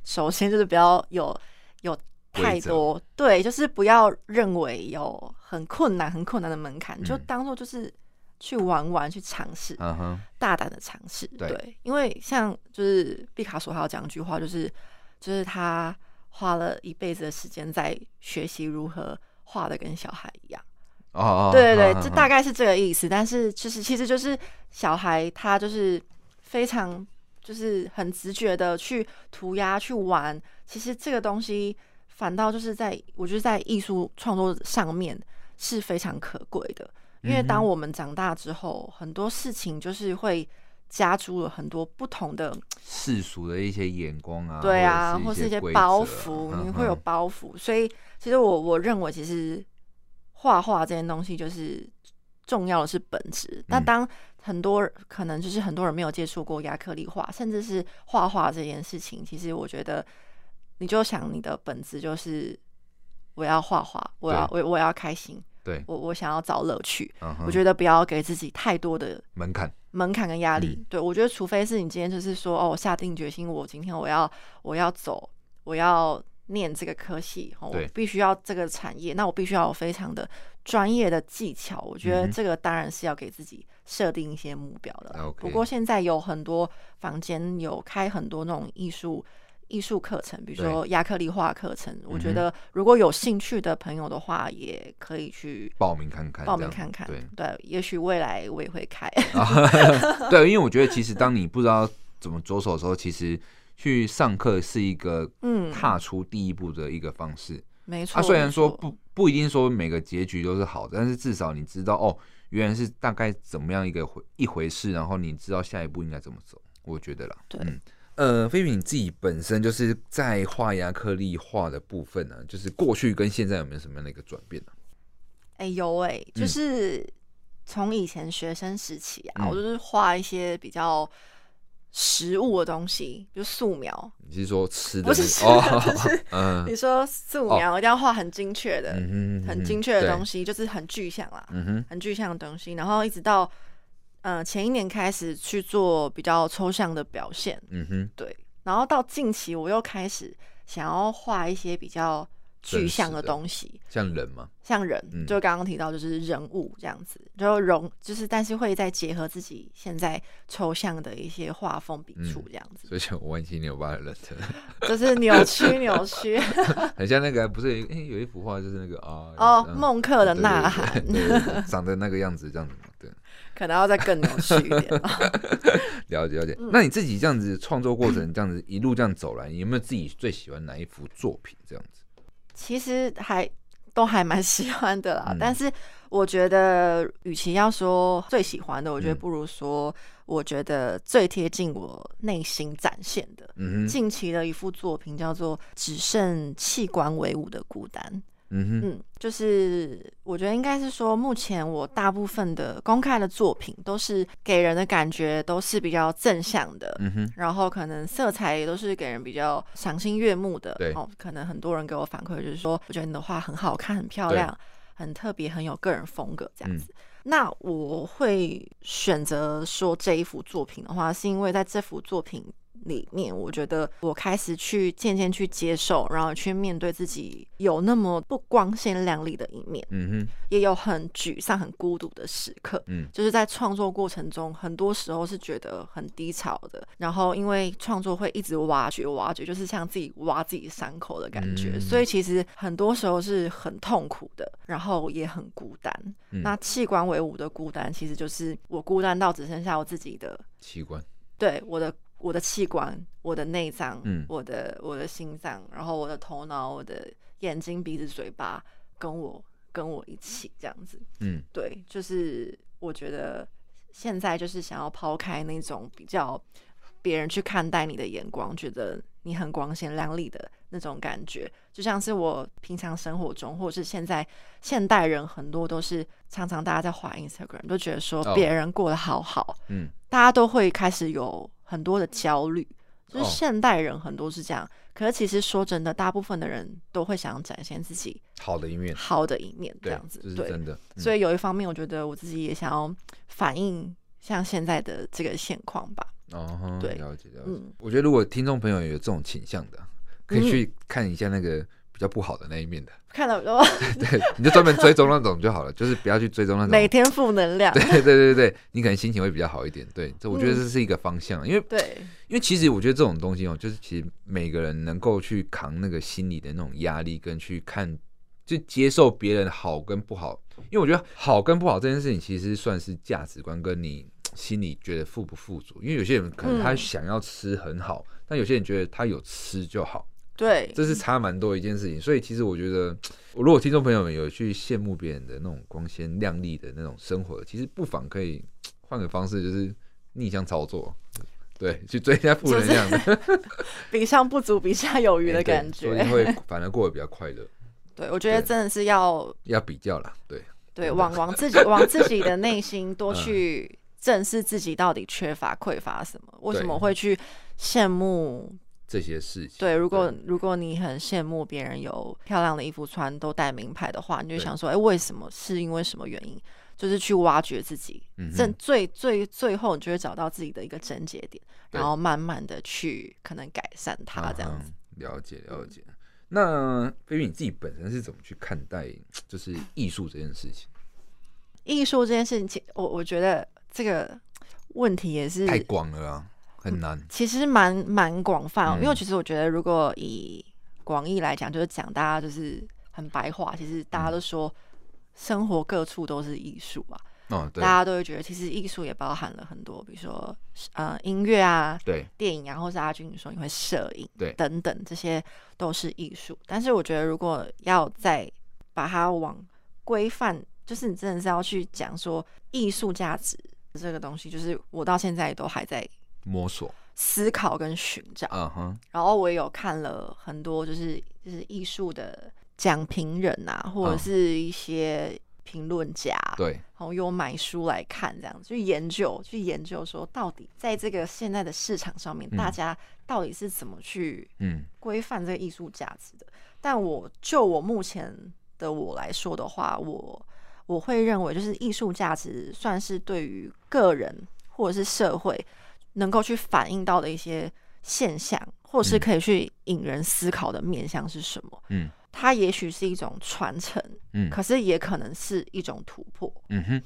Speaker 2: 首先就是不要有有太
Speaker 1: 规则
Speaker 2: 多，对，就是不要认为有很困难很困难的门槛，你就
Speaker 1: 嗯
Speaker 2: 当做就是去玩玩，去尝试，
Speaker 1: 嗯哼，
Speaker 2: 大胆的尝试。
Speaker 1: 对
Speaker 2: 对，因为像就是毕卡索他有讲一句话，就是就是他花了一辈子的时间在学习如何画的跟小孩一样。
Speaker 1: 哦哦，
Speaker 2: 对
Speaker 1: 嗯
Speaker 2: 对对，
Speaker 1: 哼
Speaker 2: 这大概是这个意思。但是就是其实就是小孩他就是非常就是很直觉的去涂鸦去玩，其实这个东西反倒就是在我觉得在艺术创作上面是非常可贵的，因为
Speaker 1: 嗯
Speaker 2: 当
Speaker 1: 哼
Speaker 2: 我们长大之后，很多事情就是会。加诸了很多不同的
Speaker 1: 嗯世俗的一些眼光啊，
Speaker 2: 对啊，
Speaker 1: 或
Speaker 2: 或是一些
Speaker 1: 规则啊
Speaker 2: 包袱，你会有，包袱。所以其实我我认为，其实画画这件东西就是重要的是本质。那
Speaker 1: 嗯
Speaker 2: 当很多可能就是很多人没有接触过亚克力画，甚至是画画这件事情，其实我觉得你就想你的本质就是我要画画，我要我我要开心，
Speaker 1: 对
Speaker 2: 我我想要找乐趣。
Speaker 1: 嗯哼，
Speaker 2: 我觉得不要给自己太多的
Speaker 1: 门槛，
Speaker 2: 门槛跟压力。
Speaker 1: 嗯
Speaker 2: 对我觉得，除非是你今天就是说，哦，我下定决心，我今天我要我要走，我要念这个科系，哦、我
Speaker 1: 对
Speaker 2: 必须要这个产业，那我必须要有非常的专业的技巧。我觉
Speaker 1: 嗯
Speaker 2: 得
Speaker 1: 哼
Speaker 2: 这个当然是要给自己设定一些目标的啦。
Speaker 1: OK
Speaker 2: 不过现在有很多房间有开很多那种艺术。艺术课程，比如
Speaker 1: 对
Speaker 2: 说亚克力画课程，我觉
Speaker 1: 嗯哼
Speaker 2: 得如果有兴趣的朋友的话，也可以去
Speaker 1: 报名看看，
Speaker 2: 报名
Speaker 1: 这样
Speaker 2: 看看。
Speaker 1: 对，
Speaker 2: 对，也许未来我也会开。
Speaker 1: 对，因为我觉得其实当你不知道怎么着手的时候，其实去上课是一个
Speaker 2: 嗯，
Speaker 1: 踏出第一步的一个方式。
Speaker 2: 没错。
Speaker 1: 啊，虽然
Speaker 2: 没
Speaker 1: 说
Speaker 2: 错
Speaker 1: 不不一定说每个结局都是好的，但是至少你知道哦，原来是大概怎么样一个回一回事，然后你知道下一步应该怎么走，我觉得啦。
Speaker 2: 对
Speaker 1: 嗯呃，菲比你自己本身就是在画亚克力画的部分呢、就是过去跟现在有没有什么样的一个转变呢、
Speaker 2: 哎、有哎、就
Speaker 1: 嗯
Speaker 2: 是从以前学生时期啊，
Speaker 1: 嗯
Speaker 2: 我就是画一些比较实物的东西，就素描。
Speaker 1: 你是说吃的那？哦
Speaker 2: 不是吃的就是
Speaker 1: 嗯
Speaker 2: 你说素描一定要画很精确的、
Speaker 1: 嗯哼，
Speaker 2: 很精确的东
Speaker 1: 西。
Speaker 2: 西，就是很具象啦，
Speaker 1: 嗯哼，
Speaker 2: 很具象的东西。然后一直到呃前一年开始去做比较抽象的表现，
Speaker 1: 嗯哼，
Speaker 2: 对。然后到近期我又开始想要画一些比较具
Speaker 1: 真
Speaker 2: 象
Speaker 1: 实
Speaker 2: 的
Speaker 1: 的
Speaker 2: 东西，
Speaker 1: 像人嘛，
Speaker 2: 像人，
Speaker 1: 嗯
Speaker 2: 就刚刚提到就是人物这样子，就融就是，但是会再结合自己现在抽象的一些画风笔
Speaker 1: 嗯
Speaker 2: 触这样子，
Speaker 1: 所以像我万七牛八的人，
Speaker 2: 就是扭曲 扭曲。
Speaker 1: 很像那个不是有哎、有一幅画就是那个啊
Speaker 2: 哦，
Speaker 1: 嗯
Speaker 2: 孟克的呐喊
Speaker 1: 对对对对对长得那个样子，这样子嘛，对，
Speaker 2: 可能要再更扭曲一点哦吧。
Speaker 1: 了解了
Speaker 2: 嗯
Speaker 1: 解。那你自己这样子创作过程，这样子一路这样走来，你有没有自己最喜欢哪一幅作品？这样子，
Speaker 2: 其实还都还蛮喜欢的啦，
Speaker 1: 嗯
Speaker 2: 但是我觉得，与其要说最喜欢的，我觉得
Speaker 1: 嗯
Speaker 2: 不如说，我觉得最贴近我内心展现的。
Speaker 1: 嗯哼，
Speaker 2: 近期的一幅作品叫做《只剩器官为伍的孤单》，
Speaker 1: 嗯哼，
Speaker 2: 嗯，就是我觉得应该是说，目前我大部分的公开的作品都是给人的感觉都是比较正向的，
Speaker 1: 嗯哼，
Speaker 2: 然后可能色彩也都是给人比较赏心悦目的。
Speaker 1: 对
Speaker 2: 哦，可能很多人给我反馈就是说，我觉得你的画很好看、很漂亮、很特别、很有个人风格
Speaker 1: 嗯
Speaker 2: 这样子。那我会选择说这一幅作品的话，是因为在这幅作品里面，我觉得我开始去渐渐去接受，然后去面对自己有那么不光鲜亮丽的一面，
Speaker 1: 嗯哼，
Speaker 2: 也有很沮丧、很孤独的时刻。
Speaker 1: 嗯
Speaker 2: 就是在创作过程中，很多时候是觉得很低潮的。然后因为创作会一直挖掘、挖掘，就是像自己挖自己伤口的感觉，
Speaker 1: 嗯
Speaker 2: 所以其实很多时候是很痛苦的，然后也很孤单。
Speaker 1: 嗯
Speaker 2: 那器官为伍的孤单，其实就是我孤单到只剩下我自己的，
Speaker 1: 器官，
Speaker 2: 对我的。我的器官、我的内脏、
Speaker 1: 嗯
Speaker 2: 我的我的心脏，然后我的头脑、我的眼睛、鼻子、嘴巴，跟我跟我一起这样子。
Speaker 1: 嗯
Speaker 2: 对，就是我觉得现在就是想要抛开那种比较别人去看待你的眼光，觉得你很光鲜亮丽的那种感觉，就像是我平常生活中，或者是现在现代人很多都是常常大家在滑 Instagram 都觉得说
Speaker 1: 哦
Speaker 2: 别人过得好好，
Speaker 1: 嗯，
Speaker 2: 大家都会开始有很多的焦虑。就是
Speaker 1: 哦
Speaker 2: 现代人很多是这样，可是其实说真的，大部分的人都会想展现自己
Speaker 1: 好的一面，
Speaker 2: 好的一面，这
Speaker 1: 对
Speaker 2: 样，子
Speaker 1: 这是
Speaker 2: 对。
Speaker 1: 真的，嗯
Speaker 2: 所以有一方面，我觉得我自己也想要反映像现在的这个现况 吧。
Speaker 1: 哦哼，
Speaker 2: 对
Speaker 1: 了解了解。
Speaker 2: 嗯
Speaker 1: 我觉得如果听众朋友有这种倾向的，可以去看一下那个比较不好的那一面的，
Speaker 2: 看到哦，
Speaker 1: 对，你就专门追踪那种就好了，就是不要去追踪那
Speaker 2: 每
Speaker 1: 种。
Speaker 2: 天负能量，
Speaker 1: 对对对对，你可能心情会比较好一点。对，这我觉得
Speaker 2: 嗯
Speaker 1: 这是一个方向，因为
Speaker 2: 对，
Speaker 1: 因为其实我觉得这种东西哦，就是其实每个人能够去扛那个心理的那种压力，跟去看，就接受别人好跟不好。因为我觉得好跟不好这件事情，其实算是价值观跟你心里觉得富不富足。因为有些人可能他
Speaker 2: 嗯
Speaker 1: 想要吃很好，但有些人觉得他有吃就好，
Speaker 2: 对，
Speaker 1: 这是差蛮多一件事情。所以其实我觉得，我如果听众朋友们有去羡慕别人的那种光鲜亮丽的那种生活，其实不妨可以换个方式，就是逆向操作。对，去追一下负能量的，
Speaker 2: 比上不足，比下有余
Speaker 1: 哎
Speaker 2: 的
Speaker 1: 对
Speaker 2: 感
Speaker 1: 说不
Speaker 2: 觉
Speaker 1: 定。会反而过得比较快乐。
Speaker 2: 对，我觉得
Speaker 1: 对嗯
Speaker 2: 真的是要
Speaker 1: 要比较啦，对，
Speaker 2: 对往往自己往自己的 内心
Speaker 1: 嗯
Speaker 2: 多去正视自己到底缺乏匮乏什么，为什
Speaker 1: 对
Speaker 2: 么会去羡慕？
Speaker 1: 这些事情。
Speaker 2: 对，如果如果你很羡慕别人有漂亮的衣服穿，都带名牌的话，你就
Speaker 1: 对
Speaker 2: 想说，哎、为什么？是因为什么原因？就是去挖掘自己，
Speaker 1: 嗯哼
Speaker 2: 正最最最后，你就会找到自己的一个症结点，
Speaker 1: 对
Speaker 2: 然后慢慢的去可能改善它，这样子。
Speaker 1: 嗯哼了解了解。那菲比你自己本身是怎么去看待就是艺术这件事情？
Speaker 2: 艺术、这件事情其，我我觉得这个问题也是
Speaker 1: 太广了啊，很难。
Speaker 2: 其实蛮蛮广泛、哦，
Speaker 1: 嗯
Speaker 2: 因为其实我觉得，如果以广义来讲，就是讲
Speaker 1: 嗯
Speaker 2: 大家就是很白话，其实大家都说生活各处都是艺术啊。
Speaker 1: 哦，对
Speaker 2: 大家都会觉得，其实艺术也包含了很多，比如说呃音乐啊、
Speaker 1: 对
Speaker 2: 电影啊，或是阿军你说你会摄影，
Speaker 1: 对
Speaker 2: 等等，这些都是艺术。但是我觉得，如果要再把它往规范，就是你真的是要去讲说艺术价值这个东西，就是我到现在都还在
Speaker 1: 摸索，
Speaker 2: 思考跟寻找。
Speaker 1: 嗯哼，
Speaker 2: 然后我也有看了很多，就是就是艺术的讲评人啊，或者
Speaker 1: 嗯
Speaker 2: 是一些评论家，
Speaker 1: 对，
Speaker 2: 然后有买书来看，这样去研究，去研究说到底在这个现在的市场上面，
Speaker 1: 嗯
Speaker 2: 大家到底是怎么去
Speaker 1: 嗯
Speaker 2: 规范这个艺术价值的。但我就我目前的我来说的话，我我会认为就是艺术价值算是对于个人或者是社会能够去反映到的一些现象，或是
Speaker 1: 嗯
Speaker 2: 可以去引人思考的面向是什么。
Speaker 1: 嗯
Speaker 2: 它也许是一种传承，
Speaker 1: 嗯
Speaker 2: 可是也可能是一种突破。
Speaker 1: 嗯哼，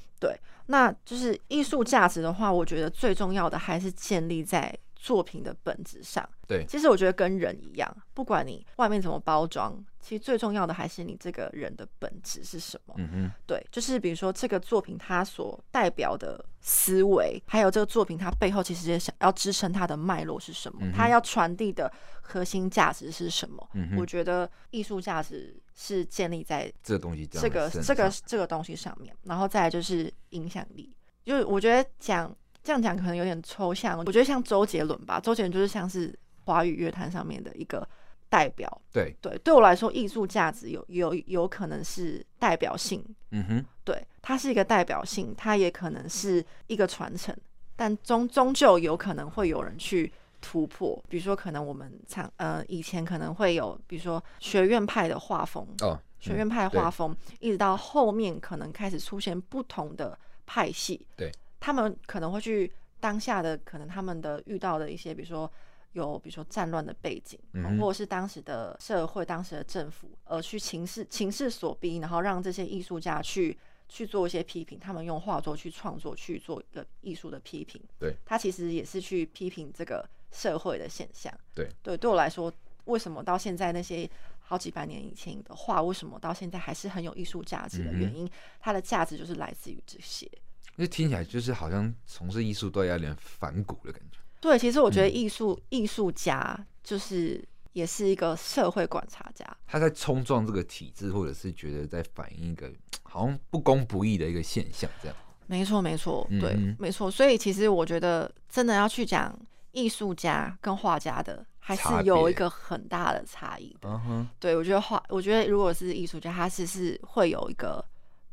Speaker 2: 那就是艺术价值的话，我觉得最重要的还是建立在作品的本质上。
Speaker 1: 对
Speaker 2: 其实我觉得跟人一样，不管你外面怎么包装，其实最重要的还是你这个人的本质是什么。
Speaker 1: 嗯哼，
Speaker 2: 对，就是比如说这个作品它所代表的思维，还有这个作品它背后其实也想要支撑它的脉络是什么，
Speaker 1: 嗯哼
Speaker 2: 它要传递的核心价值是什么。
Speaker 1: 嗯哼
Speaker 2: 我觉得艺术价值是建立在
Speaker 1: 这个东西这样
Speaker 2: 这个
Speaker 1: 子
Speaker 2: 这个这个东西上面，然后再来就是影响力，就是我觉得讲这样讲可能有点抽象，我觉得像周杰伦吧，周杰伦就是像是华语乐坛上面的一个代表。
Speaker 1: 对，
Speaker 2: 对，对我来说，艺术价值有有有可能是代表性，
Speaker 1: 嗯哼，
Speaker 2: 对，它是一个代表性，它也可能是一个传承，但终终究有可能会有人去突破。比如说，可能我们常呃以前可能会有，比如说学院派的画风，
Speaker 1: 哦，
Speaker 2: 学
Speaker 1: 嗯
Speaker 2: 院派
Speaker 1: 对
Speaker 2: 画风，一直到后面可能开始出现不同的派系，
Speaker 1: 对，
Speaker 2: 他们可能会去当下的可能他们的遇到的一些，比如说有比如说战乱的背景，
Speaker 1: 嗯哼
Speaker 2: 或者是当时的社会、当时的政府，而去情势情势所逼，然后让这些艺术家去。去做一些批评，他们用画作去创作，去做一个艺术的批评。
Speaker 1: 对，
Speaker 2: 他其实也是去批评这个社会的现象。
Speaker 1: 对，
Speaker 2: 对，对我来说，为什么到现在那些好几百年以前的画，为什么到现在还是很有艺术价
Speaker 1: 嗯
Speaker 2: 值的原因，它的价值就是来自于这些。
Speaker 1: 那听起来就是好像从事艺术都要有点反骨的感觉。
Speaker 2: 对，其实我
Speaker 1: 嗯
Speaker 2: 觉得艺术艺术家就是也是一个社会观察家，
Speaker 1: 他在冲撞这个体制，或者是觉得在反映一个好像不公不义的一个现象，这样。
Speaker 2: 没错，没错，对，
Speaker 1: 嗯哼
Speaker 2: 没错。所以其实我觉得，真的要去讲艺术家跟画家的，还
Speaker 1: 差
Speaker 2: 是
Speaker 1: 别
Speaker 2: 有一个很大的差异的。
Speaker 1: 嗯哼，
Speaker 2: 对，我觉得画，我觉得如果是艺术家，他是是会有一个，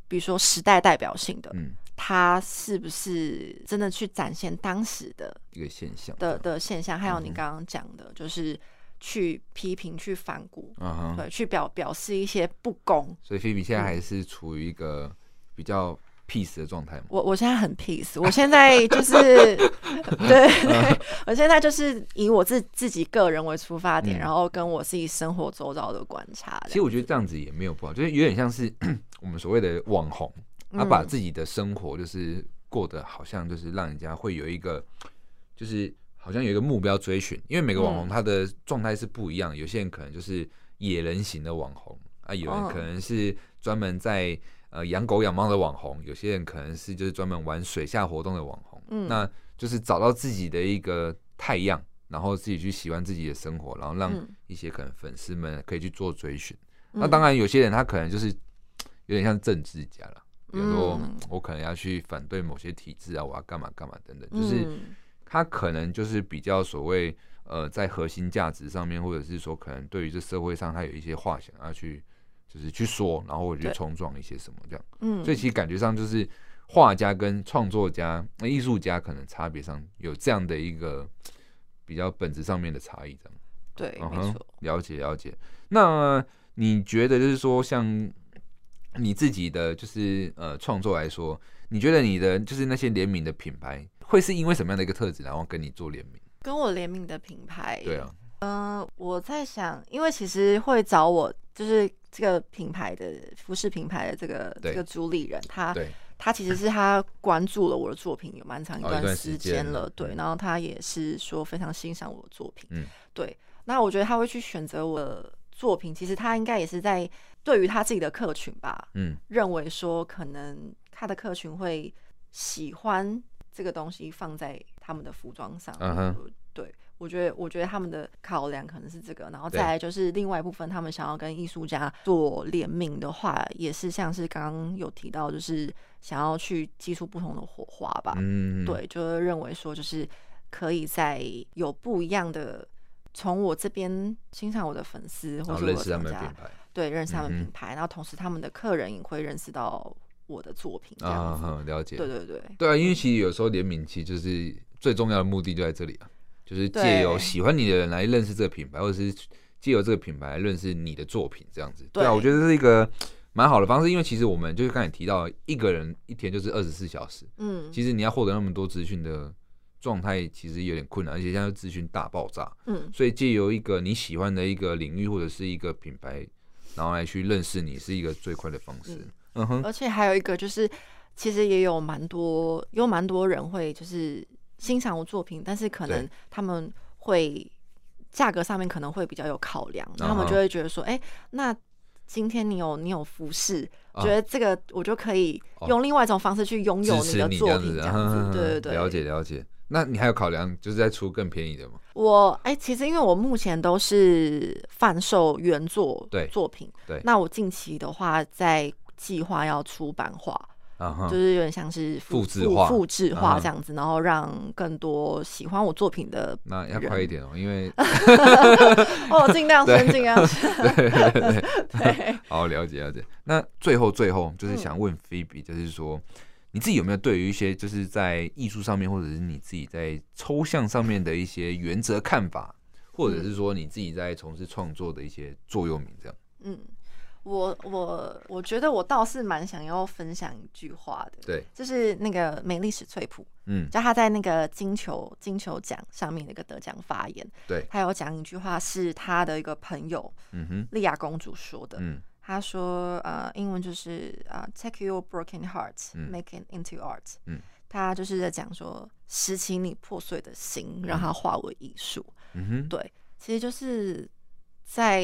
Speaker 2: 比如说时代代表性的，
Speaker 1: 嗯，
Speaker 2: 他是不是真的去展现当时的
Speaker 1: 一个现象。
Speaker 2: 的，的现象，还有你
Speaker 1: 嗯哼
Speaker 2: 刚刚讲的，就是去批评、去反骨，
Speaker 1: 嗯哼。
Speaker 2: 对，去表表示一些不公。
Speaker 1: 所以菲比现在还是处于一个比较 peace 的状态嘛。
Speaker 2: 我我现在很 peace，我现在就是 对
Speaker 1: 嗯
Speaker 2: 对， 我现在就是以我自自己个人为出发点，
Speaker 1: 嗯
Speaker 2: 然后跟我自己生活周遭的观察这样。
Speaker 1: 其实我觉得这样子也没有不好，就是有点像是 我们所谓的网红，他
Speaker 2: 嗯
Speaker 1: 把自己的生活就是过得好像就是让人家会有一个，就是好像有一个目标追寻，因为每个
Speaker 2: 嗯
Speaker 1: 网红他的状态是不一样的，有些人可能就是野人型的网红啊，有人
Speaker 2: 哦
Speaker 1: 可能是专门在呃养狗养猫的网红，有些人可能是就是专门玩水下活动的网红，
Speaker 2: 嗯
Speaker 1: 那就是找到自己的一个太阳。然后自己去喜欢自己的生活，然后让
Speaker 2: 嗯
Speaker 1: 一些可能粉丝们可以去做追寻。
Speaker 2: 嗯
Speaker 1: 那当然，有些人他可能就是有点像政治家了，比如说
Speaker 2: 嗯
Speaker 1: 我可能要去反对某些体制啊，我要干嘛干嘛等等，就是
Speaker 2: 嗯
Speaker 1: 他可能就是比较所谓呃在核心价值上面，或者是说可能对于这社会上他有一些话想要去就是去说，然后我去
Speaker 2: 对
Speaker 1: 冲撞一些什么这样，
Speaker 2: 嗯，
Speaker 1: 所以其实感觉上就是画家跟创作家、呃艺术家可能差别上有这样的一个比较本质上面的差异这样。
Speaker 2: 对，
Speaker 1: 嗯
Speaker 2: 没
Speaker 1: 哼
Speaker 2: 错。，
Speaker 1: 了解了解。那你觉得就是说，像你自己的就是呃创作来说，你觉得你的就是那些联名的品牌会是因为什么样的一个特质，然后跟你做联名？
Speaker 2: 跟我联名的品牌，
Speaker 1: 对啊，
Speaker 2: 嗯，我在想，因为其实会找我就是这个品牌的服饰品牌的这个
Speaker 1: 对
Speaker 2: 这个主理人，他
Speaker 1: 对，
Speaker 2: 他其实是他关注了我的作品有蛮长一
Speaker 1: 哦一
Speaker 2: 段
Speaker 1: 段
Speaker 2: 时
Speaker 1: 时
Speaker 2: 间
Speaker 1: 间
Speaker 2: 了，
Speaker 1: 了
Speaker 2: 对，
Speaker 1: 嗯
Speaker 2: 然后他也是说非常欣赏我的作品，
Speaker 1: 嗯，
Speaker 2: 对，那我觉得他会去选择我的作品，其实他应该也是在对于他自己的客群吧，
Speaker 1: 嗯
Speaker 2: 认为说可能他的客群会喜欢这个东西放在他们的服装上。
Speaker 1: 嗯哼
Speaker 2: 呃对，我觉得我觉得他们的考量可能是这个，然后
Speaker 1: 对
Speaker 2: 再来就是另外一部分，他们想要跟艺术家做联名的话，也是像是刚刚有提到，就是想要去激出不同的火花吧。
Speaker 1: 嗯，
Speaker 2: 对，就是认为说，就是可以在有不一样的，从我这边欣赏我的粉丝，或
Speaker 1: 然
Speaker 2: 者
Speaker 1: 后
Speaker 2: 我的
Speaker 1: 认哦识他
Speaker 2: 厂
Speaker 1: 们的
Speaker 2: 家
Speaker 1: 品，牌
Speaker 2: 对，认识他们
Speaker 1: 嗯哼
Speaker 2: 品牌，然后同时他们的客人也会认识到我的作品，这
Speaker 1: 啊，
Speaker 2: 样子。
Speaker 1: 哼，了解，
Speaker 2: 对对对，
Speaker 1: 对啊，因为其实有时候联名其实就是最重要的目的就在这里啊，就是借
Speaker 2: 对
Speaker 1: 由喜欢你的人来认识这个品牌，或者是借由这个品牌来认识你的作品，这样子。对啊，
Speaker 2: 对
Speaker 1: 我觉得这是一个蛮好的方式，因为其实我们就是刚才提到，一个人一天就是二十四小时，
Speaker 2: 嗯，
Speaker 1: 其实你要获得那么多资讯的状态，其实有点困难，而且现在资讯大爆炸，
Speaker 2: 嗯，
Speaker 1: 所以借由一个你喜欢的一个领域或者是一个品牌，然后来去认识你，是一个最快的方式
Speaker 2: 嗯。
Speaker 1: 嗯哼，
Speaker 2: 而且还有一个就是，其实也有蛮多，有蛮多人会就是欣赏我作品，但是可能
Speaker 1: 对
Speaker 2: 他们会价格上面可能会比较有考量，
Speaker 1: 嗯哼
Speaker 2: 他们就会觉得说，哎、那今天你有你有服饰，
Speaker 1: 啊
Speaker 2: 觉得这个我就可以
Speaker 1: 哦
Speaker 2: 用另外一种方式去拥有
Speaker 1: 支持
Speaker 2: 的
Speaker 1: 你这
Speaker 2: 作
Speaker 1: 样
Speaker 2: 品，
Speaker 1: 子，啊嗯
Speaker 2: 这样子，对对对，
Speaker 1: 了解了解。那你还有考量，就是在出更便宜的吗？
Speaker 2: 我哎、其实因为我目前都是贩售原作
Speaker 1: 对
Speaker 2: 作品，
Speaker 1: 对
Speaker 2: 那我近期的话在计划要出版画，
Speaker 1: 啊哈
Speaker 2: 就，是有点像是
Speaker 1: 复制
Speaker 2: 复
Speaker 1: 化
Speaker 2: 复制
Speaker 1: 嗯
Speaker 2: 化
Speaker 1: 哼
Speaker 2: 这样子，然后让更多喜欢我作品的
Speaker 1: 那要快一点哦，因为
Speaker 2: 哦，尽量
Speaker 1: 对
Speaker 2: 先尽量先，
Speaker 1: 对对对，
Speaker 2: 对，
Speaker 1: 好了解了解。那最后最后就是
Speaker 2: 嗯
Speaker 1: 想问菲比，就是说你自己有没有对于一些就是在艺术上面，或者是你自己在抽象上面的一些原则看法，或者是说你自己在从事创作的一些座右铭这样？
Speaker 2: 嗯，我我我觉得我倒是蛮想要分享一句话的，
Speaker 1: 对，
Speaker 2: 就是那个美丽史翠普，
Speaker 1: 嗯，
Speaker 2: 就他在那个金球金球奖上面那个得奖发言，
Speaker 1: 对，
Speaker 2: 他有讲一句话是他的一个朋友
Speaker 1: 嗯哼，
Speaker 2: 莉亚公主说的，
Speaker 1: 嗯
Speaker 2: 她说呃，英文就是呃，take your broken heart,
Speaker 1: 嗯
Speaker 2: make it into art。
Speaker 1: 嗯，
Speaker 2: 她就是在讲说，拾起你破碎的心，让它化为艺术。
Speaker 1: 嗯哼，
Speaker 2: 对，其实就是在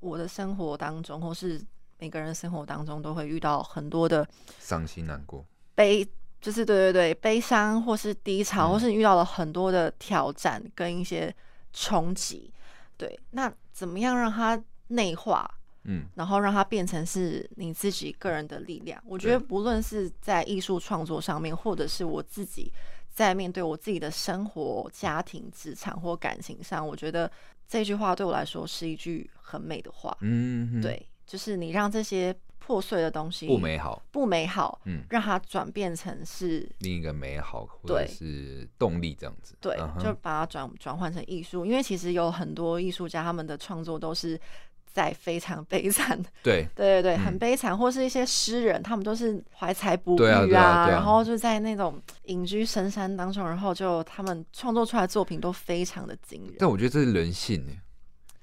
Speaker 2: 我的生活当中，或是每个人生活当中，都会遇到很多的
Speaker 1: 伤心难过，
Speaker 2: 悲，就是对对对，悲伤或是低
Speaker 1: 嗯
Speaker 2: 潮，或是遇到了很多的挑战跟一些冲击。对，那怎么样让它内化？
Speaker 1: 嗯
Speaker 2: 然后让它变成是你自己个人的力量。我觉得不论是在艺术创作上面，或者是我自己在面对我自己的生活、家庭、职场或感情上，我觉得这句话对我来说是一句很美的话。
Speaker 1: 嗯哼，
Speaker 2: 对，就是你让这些破碎的东西
Speaker 1: 不美好，
Speaker 2: 不美好，
Speaker 1: 嗯。
Speaker 2: 让它转变成是。
Speaker 1: 另一个美好或者
Speaker 2: 对
Speaker 1: 是动力这样子。
Speaker 2: 对
Speaker 1: 嗯，哼
Speaker 2: 就把它转转换成艺术，因为其实有很多艺术家他们的创作都是在非常悲惨
Speaker 1: 对
Speaker 2: 对对对，
Speaker 1: 嗯
Speaker 2: 很悲惨，或是一些诗人，他们都是怀才不遇
Speaker 1: 对啊对啊对啊
Speaker 2: 然后就在那种隐居深山当中，然后就他们创作出来的作品都非常的惊人。
Speaker 1: 但我觉得这是人性耶，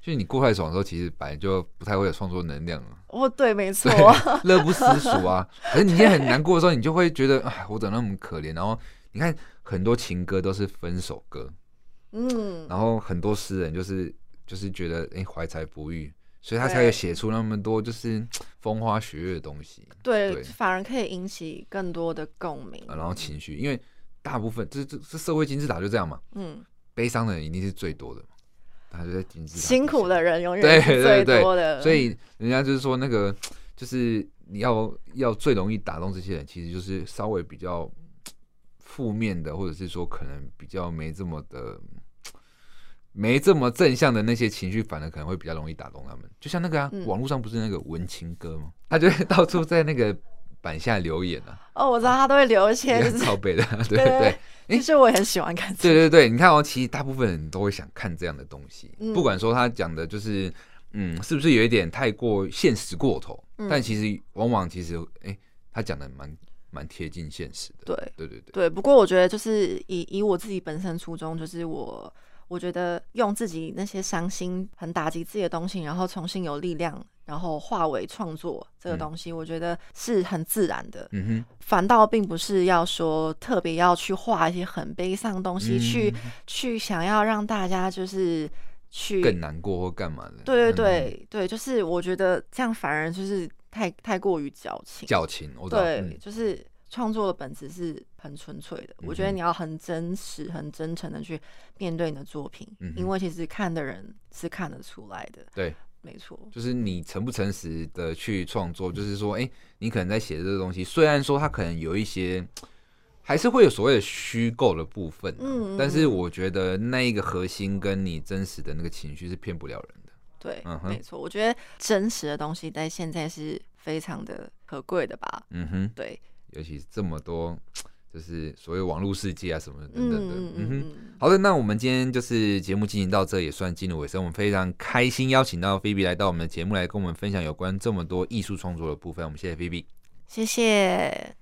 Speaker 1: 就是你过太爽的时候，其实本来就不太会有创作能量 了，
Speaker 2: 哦，对，没错，
Speaker 1: 对，乐不思蜀啊。可是你今天很难过的时候，你就会觉得，哎，我怎么那么可怜？然后你看很多情歌都是分手歌，
Speaker 2: 嗯，
Speaker 1: 然后很多诗人就是就是觉得，哎、怀才不遇。所以他才
Speaker 2: 对
Speaker 1: 会写出那么多就是风花雪月的东西，
Speaker 2: 对，
Speaker 1: 对
Speaker 2: 反而可以引起更多的共鸣。
Speaker 1: 啊然后情绪，因为大部分这这这社会金字塔就这样嘛，
Speaker 2: 嗯，
Speaker 1: 悲伤的人一定是最多的嘛，他就在金字塔底下
Speaker 2: 辛苦的人永
Speaker 1: 啊对
Speaker 2: 远是
Speaker 1: 对
Speaker 2: 最
Speaker 1: 对
Speaker 2: 多的，
Speaker 1: 所以人家就是说那个，就是你要要最容易打动这些人，其实就是稍微比较负面的，或者是说可能比较没这么的。没这么正向的那些情绪，反而可能会比较容易打动他们。就像那个啊，
Speaker 2: 嗯
Speaker 1: 网络上不是那个文青哥吗？他就会 到处在那个板下留言啊，
Speaker 2: 哦，我知道他都会留一些， 就是
Speaker 1: 靠背的啊，对
Speaker 2: 对
Speaker 1: 对对。诶
Speaker 2: 其实我也很喜欢看这
Speaker 1: 对对对，你看哦，其实大部分人都会想看这样的东西，
Speaker 2: 嗯
Speaker 1: 不管说他讲的就是，嗯，是不是有一点太过现实过头，
Speaker 2: 嗯
Speaker 1: 但其实往往其实，哎、他讲的蛮蛮贴近现实的。
Speaker 2: 对。
Speaker 1: 对对对，
Speaker 2: 对，不过我觉得就是以以我自己本身初衷，就是我我觉得用自己那些伤心、很打击自己的东西，然后重新有力量，然后化为创作这个
Speaker 1: 嗯
Speaker 2: 东西，我觉得是很自然的。
Speaker 1: 嗯
Speaker 2: 反倒并不是要说特别要去画一些很悲伤的东西，
Speaker 1: 嗯
Speaker 2: 去去想要让大家就是
Speaker 1: 哼，
Speaker 2: 去
Speaker 1: 更难过或干嘛的。
Speaker 2: 对对
Speaker 1: 嗯，
Speaker 2: 对、对，就是我觉得这样反而就是太太过于矫
Speaker 1: 嗯
Speaker 2: 情。
Speaker 1: 矫情，我知道，
Speaker 2: 对，
Speaker 1: 嗯
Speaker 2: 就是创作的本质是很纯粹的。我觉得
Speaker 1: 嗯哼
Speaker 2: 你要很真实、很真诚的去面对你的作品，
Speaker 1: 嗯哼
Speaker 2: 因为其实看的人是看得出来的。
Speaker 1: 对，
Speaker 2: 没错，
Speaker 1: 就是你诚不诚实的去创作，就是说，哎、你可能在写这个东西，虽然说它可能有一些，还是会有所谓的虚构的部分啊、
Speaker 2: 嗯嗯
Speaker 1: 但是
Speaker 2: 嗯
Speaker 1: 我觉得那一个核心跟你真实的那个情绪是骗不了人的。
Speaker 2: 对，
Speaker 1: 嗯哼
Speaker 2: 没错。我觉得真实的东西在现在是非常的可贵的吧。
Speaker 1: 嗯哼，
Speaker 2: 对，
Speaker 1: 尤其是这么多，就是所谓网络世界啊什么等
Speaker 2: 嗯
Speaker 1: 等的，
Speaker 2: 嗯
Speaker 1: 嗯哼。
Speaker 2: 嗯嗯，
Speaker 1: 好的，那我们今天就是节目进行到这，也算进入尾声。我们非常开心邀请到菲比来到我们的节目，来跟我们分享有关这么多艺术创作的部分。我们谢谢菲比。
Speaker 2: 谢谢。